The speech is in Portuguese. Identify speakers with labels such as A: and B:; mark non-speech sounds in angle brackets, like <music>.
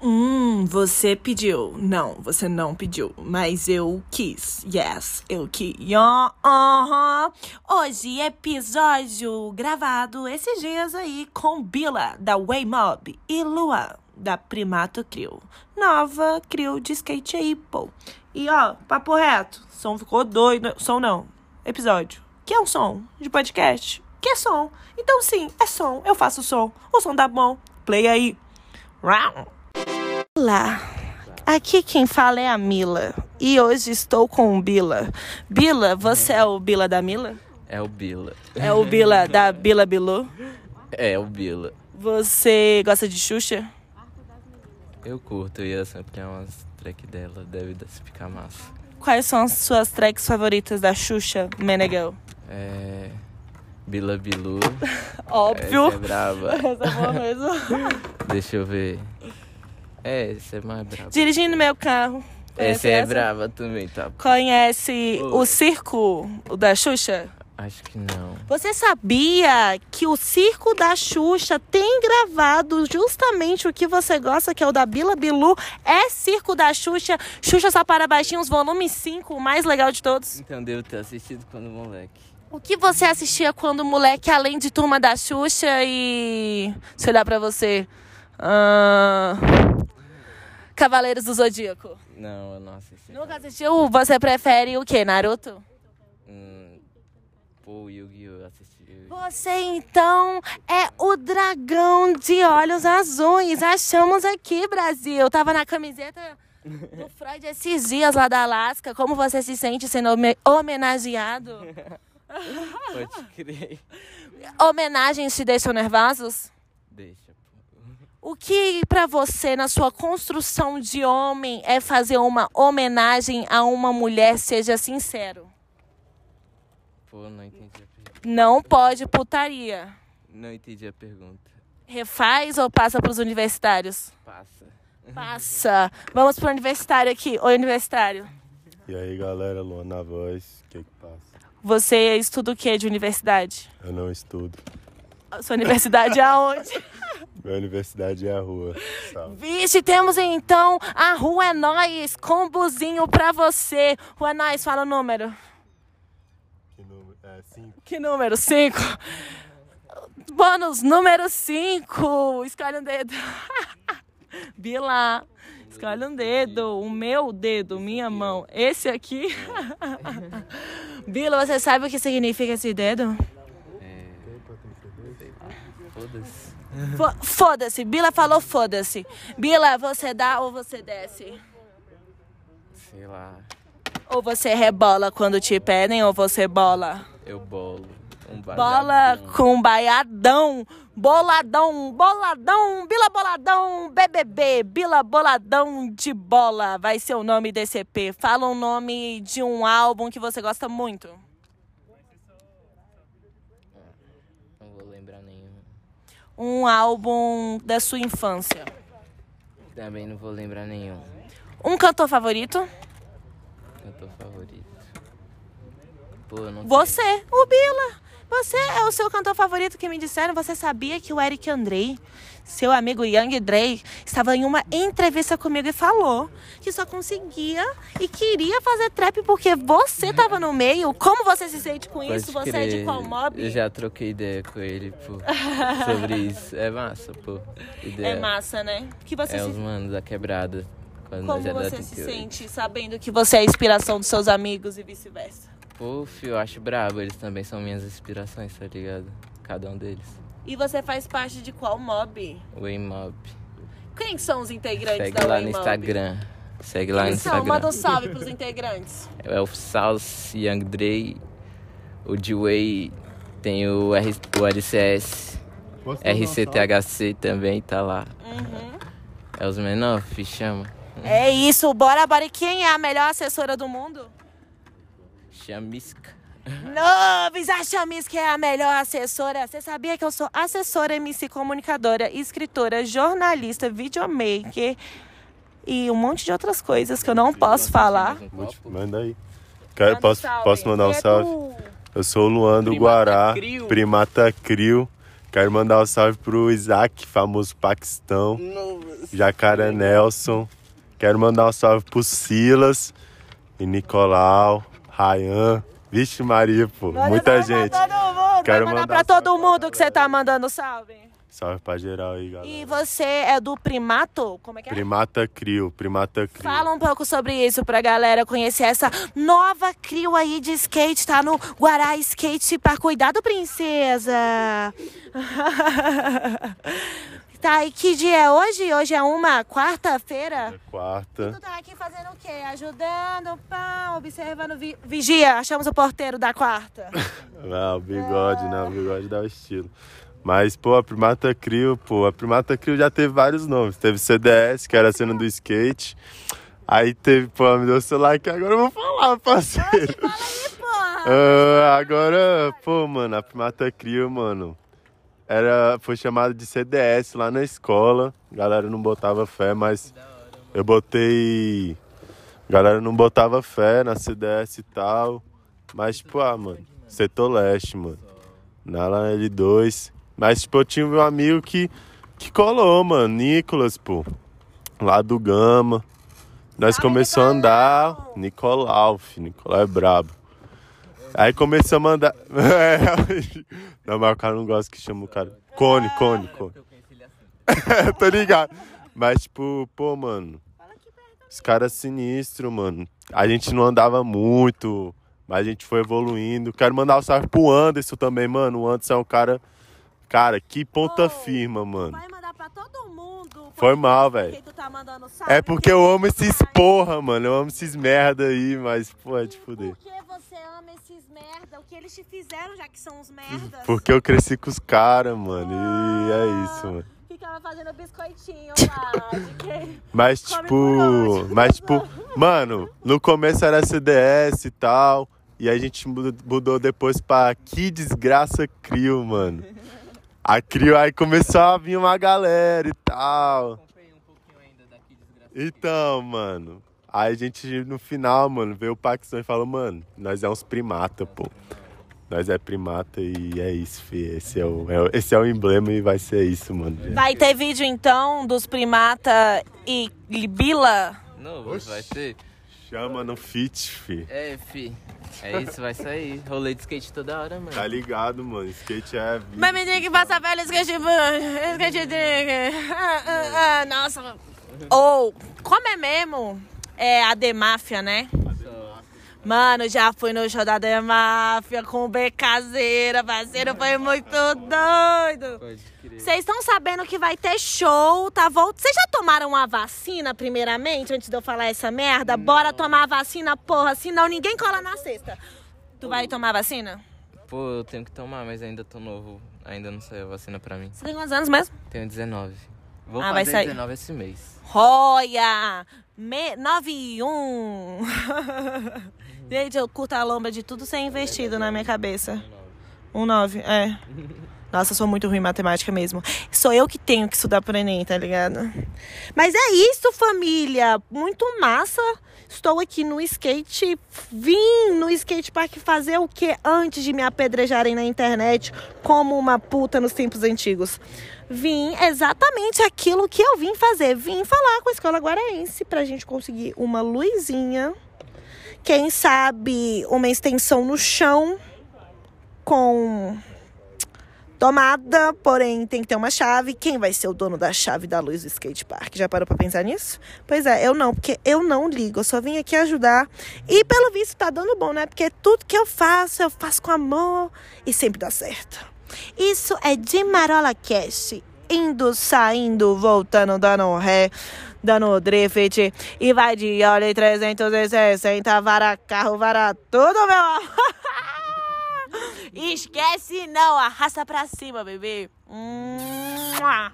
A: Hum, você pediu. Não, você não pediu, mas eu quis. Yes, eu quis. Yo, aham. Hoje, episódio gravado esses dias aí com Bila, da Waymob, e Lua, da Primato Crew. Nova Crew de skate aí, pô. E ó, papo reto. Som ficou doido. Som não. Episódio. Que é um som de podcast? Que é som. Então sim, é som. Eu faço som. O som dá bom. Play aí. Round. Olá, aqui quem fala é a Mila e hoje estou com o Bila. Bila, você é o Bila da Mila?
B: É o Bila.
A: É o Bila da Bila Bilu?
B: É o Bila.
A: Você gosta de Xuxa?
B: Eu curto e assim, porque é umas track dela, deve se ficar massa.
A: Quais são as suas tracks favoritas da Xuxa Meneghel?
B: É. Bila Bilu.
A: Óbvio.
B: Essa é brava.
A: <laughs> Essa é boa mesmo.
B: Deixa eu ver. É, essa é mais brava.
A: Dirigindo meu carro.
B: Essa
A: Conhece
B: é
A: essa?
B: brava também, tá?
A: Conhece
B: Oi.
A: o circo da Xuxa?
B: Acho que não.
A: Você sabia que o Circo da Xuxa tem gravado justamente o que você gosta, que é o da Bila Bilu? É Circo da Xuxa, Xuxa só para baixinhos, volume 5, o mais legal de todos.
B: Então devo ter assistido quando moleque.
A: O que você assistia quando moleque, além de Turma da Xuxa e... Deixa eu olhar pra você. Ahn, Cavaleiros do Zodíaco.
B: Não, eu não assisti.
A: Nunca assistiu? Você prefere o quê, Naruto?
B: Hum, pô, Yu-Gi-Oh! eu assisti.
A: Você então é o dragão de olhos azuis. Achamos aqui, Brasil. Eu tava na camiseta do Freud esses dias lá da Alaska. Como você se sente sendo home- homenageado?
B: Pode crer.
A: Homenagens te deixam nervosos?
B: Deixa, pô.
A: O que pra você, na sua construção de homem, é fazer uma homenagem a uma mulher? Seja sincero.
B: Pô, não entendi a pergunta.
A: Não pode putaria.
B: Não entendi a pergunta.
A: Refaz ou passa pros universitários?
B: Passa.
A: Passa. Vamos pro universitário aqui. Oi, universitário.
C: E aí galera, Luan na voz, o que que passa?
A: Você estuda o que de universidade?
C: Eu não estudo.
A: A sua universidade é aonde?
C: Minha universidade é a rua.
A: <laughs>
C: Salve.
A: Vixe, temos então a Rua é Nós, combozinho pra você. Rua é Nós, fala o número.
C: Que número? É 5.
A: Que número? Cinco. Bônus número cinco. Escolhe um dedo. <laughs> Bila, escolhe um dedo. O meu dedo, minha mão. Esse aqui. <laughs> Bila, você sabe o que significa esse dedo?
B: É, Foda-se.
A: Fo- Foda-se, Bila falou foda-se. Bila, você dá ou você desce?
B: Sei lá.
A: Ou você rebola quando te pedem, ou você bola?
B: Eu bolo. Um
A: Bola
B: baladão.
A: com baiadão, boladão, boladão, Bila Boladão, BBB, Bila Boladão de Bola, vai ser o nome desse EP. Fala um nome de um álbum que você gosta muito.
B: Não vou lembrar nenhum.
A: Um álbum da sua infância.
B: Também não vou lembrar nenhum.
A: Um cantor favorito?
B: Cantor favorito. Pô, eu não sei.
A: Você, o Bila. Você é o seu cantor favorito que me disseram. Você sabia que o Eric Andrei, seu amigo Young Dre, estava em uma entrevista comigo e falou que só conseguia e queria fazer trap porque você estava no meio. Como você se sente com isso?
B: Pode
A: Você é de
B: crer.
A: qual mob?
B: Eu já troquei ideia com ele, pô. sobre isso. É massa, pô. Ideia.
A: É massa, né? Que você
B: É
A: se-
B: os manos da quebrada. Quando
A: Como
B: nós era
A: você
B: da
A: se
B: 38.
A: sente sabendo que você é a inspiração dos seus amigos e vice-versa?
B: Pô, fio, eu acho brabo. Eles também são minhas inspirações, tá ligado? Cada um deles.
A: E você faz parte de qual mob?
B: Waymob.
A: Quem são os integrantes
B: Segue
A: da
B: lá
A: Way
B: no
A: Mob?
B: Instagram. Segue lá no
A: Quem são? Manda um
B: Instagram.
A: salve pros integrantes.
B: É o Salsi, Young Dre, o D-Way, tem o, R, o RCS, RCTHC também tá lá. É os menores, fi, chama.
A: É isso, bora, bora. Quem é a melhor assessora do mundo?
B: Chamisca.
A: Nobis, a Chamis que é a melhor assessora. Você sabia que eu sou assessora, MC comunicadora, escritora, jornalista, videomaker e um monte de outras coisas que eu não posso falar. um
C: Manda aí. Quero- posso, posso É, mandar um salve?
A: Edu.
C: Eu sou o Luan do
B: Primata
C: Guará,
B: Crio.
C: Primata Crio. Quero mandar um salve pro Isaac, famoso Paquistão. Jacaré Nelson. Quero mandar um salve pro Silas e Nicolau, Rayan. Vixe Maria, pô.
A: Manda
C: Muita
A: pra
C: gente.
A: Todo mundo.
C: Quero
A: Vai mandar
C: mandar um
A: pra todo
C: salve pra
A: mundo que você
C: galera.
A: tá mandando salve.
C: Salve pra geral aí,
A: E
C: galera.
A: você é do Primato? Como é que é?
C: Primata Crio, Primata Crio.
A: Fala um pouco sobre isso pra galera conhecer essa nova crio aí de skate, tá no Guará Skate Park. Cuidado, princesa! <laughs> tá, e que dia é hoje? Hoje é uma quarta-feira? Tu
C: Quarta.
A: tá aqui fazendo o quê? Ajudando, pá, observando, vi- vigia, achamos o porteiro da
C: <laughs>
A: quarta.
C: Ah, o bigode, né? O bigode dá o estilo. Mas, pô, a Primata Crio, pô, a Primata Crio já teve vários nomes. Teve CDS, que era a cena do skate. Aí teve, pô, me deu o celular aqui, agora eu vou falar, parceiro.
A: Porra!
C: Ah, agora, pô, mano, a Primata Crio, mano, era, foi chamada de CDS lá na escola. A galera não botava fé, mas eu botei... a galera não botava fé na CDS e tal. Mas, tipo, ah, mano, setor leste, mano. Na lá na L2. Mas, tipo, eu tinha um amigo que, que colou, mano, Nicolas, pô. Lá do Gama. Nós
A: Salve,
C: começamos a andar...
A: Nicolau!
C: Nicolau, filho. Nicolau é brabo. Aí começamos a andar. É, <laughs> não, mas o cara não gosta que chama o cara. Cone, cone, cone. <laughs>
B: Eu conheci ele assim.
C: Tô ligado. Mas, tipo, pô, mano. Os caras sinistros, mano. A gente não andava muito, mas a gente foi evoluindo. Quero mandar um salve pro Anderson também, mano. O Anderson é um cara. Cara, que ponta
A: Oh,
C: firma, mano.
A: Vai mandar pra todo mundo.
C: Foi mal, velho.
A: Quem tu tá mandando salve,
C: É porque eu amo esses
A: Ai,
C: porra, mano. Eu amo esses merda aí, mas, pô, é de fuder.
A: Porque você ama esses merda? O que eles te fizeram, já que são uns merdas?
C: Porque eu cresci com os caras, mano. E é isso, mano.
A: Ficava fazendo biscoitinho lá. de que-
C: Mas
A: Come
C: tipo,
A: por
C: mas tipo, mano, no começo era CDS e tal, e a gente mud- mudou depois pra Que Desgraça Crio, mano. A Crio aí começou a vir uma galera e tal.
B: Comprei um pouquinho ainda daqui, desgraçado.
C: Então, mano, aí a gente no final, mano, veio o Paquistão e falou, mano, nós é uns primata, pô. Nós é primata e é isso, fi. Esse é o, é o- esse é o emblema e vai ser isso, mano.
A: Vai ter vídeo então dos primata e Libila?
B: Não, vai ser.
C: Chama no fit, fi.
B: É, fi. É isso, vai sair. Rolê de skate toda hora, mano.
C: Tá ligado, mano. Skate é. vida.
A: Mas me diga que passa velho, esqueci. Esqueci. de- Ah, ah, ah, Nossa. Ou, como é mesmo? É a Demáfia, né?
B: Só-
A: Mano, já fui no show da Demáfia com o Becaseira, parceiro, foi muito doido.
B: Pode crer.
A: Vocês estão sabendo que vai ter show, tá voltando. Vocês já tomaram a vacina, primeiramente, antes de eu falar essa merda? Bora tomar a vacina, porra, senão ninguém cola na sexta. Tu vai tomar a vacina?
B: Pô, eu tenho que tomar, mas ainda tô novo. Ainda não saiu a vacina pra mim.
A: Você tem quantos anos mesmo?
B: Tenho 19. Vou
A: Ah, vai
B: fazer
A: sair.
B: 19 esse mês.
A: Roia! Me... 9 e 1. Gente, eu curto a lomba de tudo ser investido na minha cabeça. Um 9, é. Nossa, eu sou muito ruim em matemática mesmo. Sou eu que tenho que estudar pro Enem, tá ligado? Mas é isso, família! Muito massa! Estou aqui no skate. Vim no skate park fazer o que antes de me apedrejarem na internet como uma puta nos tempos antigos? Vim exatamente aquilo que eu vim fazer. Vim falar com a escola guaraense pra gente conseguir uma luzinha. Quem sabe uma extensão no chão com tomada, porém tem que ter uma chave. Quem vai ser o dono da chave da luz do skate park? Já parou pra pensar nisso? Pois é, eu não, porque eu não ligo, eu só vim aqui ajudar. E pelo visto tá dando bom, né? Porque tudo que eu faço, eu faço com amor e sempre dá certo. Isso é de Marola Cash. Indo, saindo, voltando, dando ré, dando drift. E vai de olho em 360, vara carro, vara tudo, meu amor. <laughs> Esquece não, arrasta pra cima, bebê. Mua.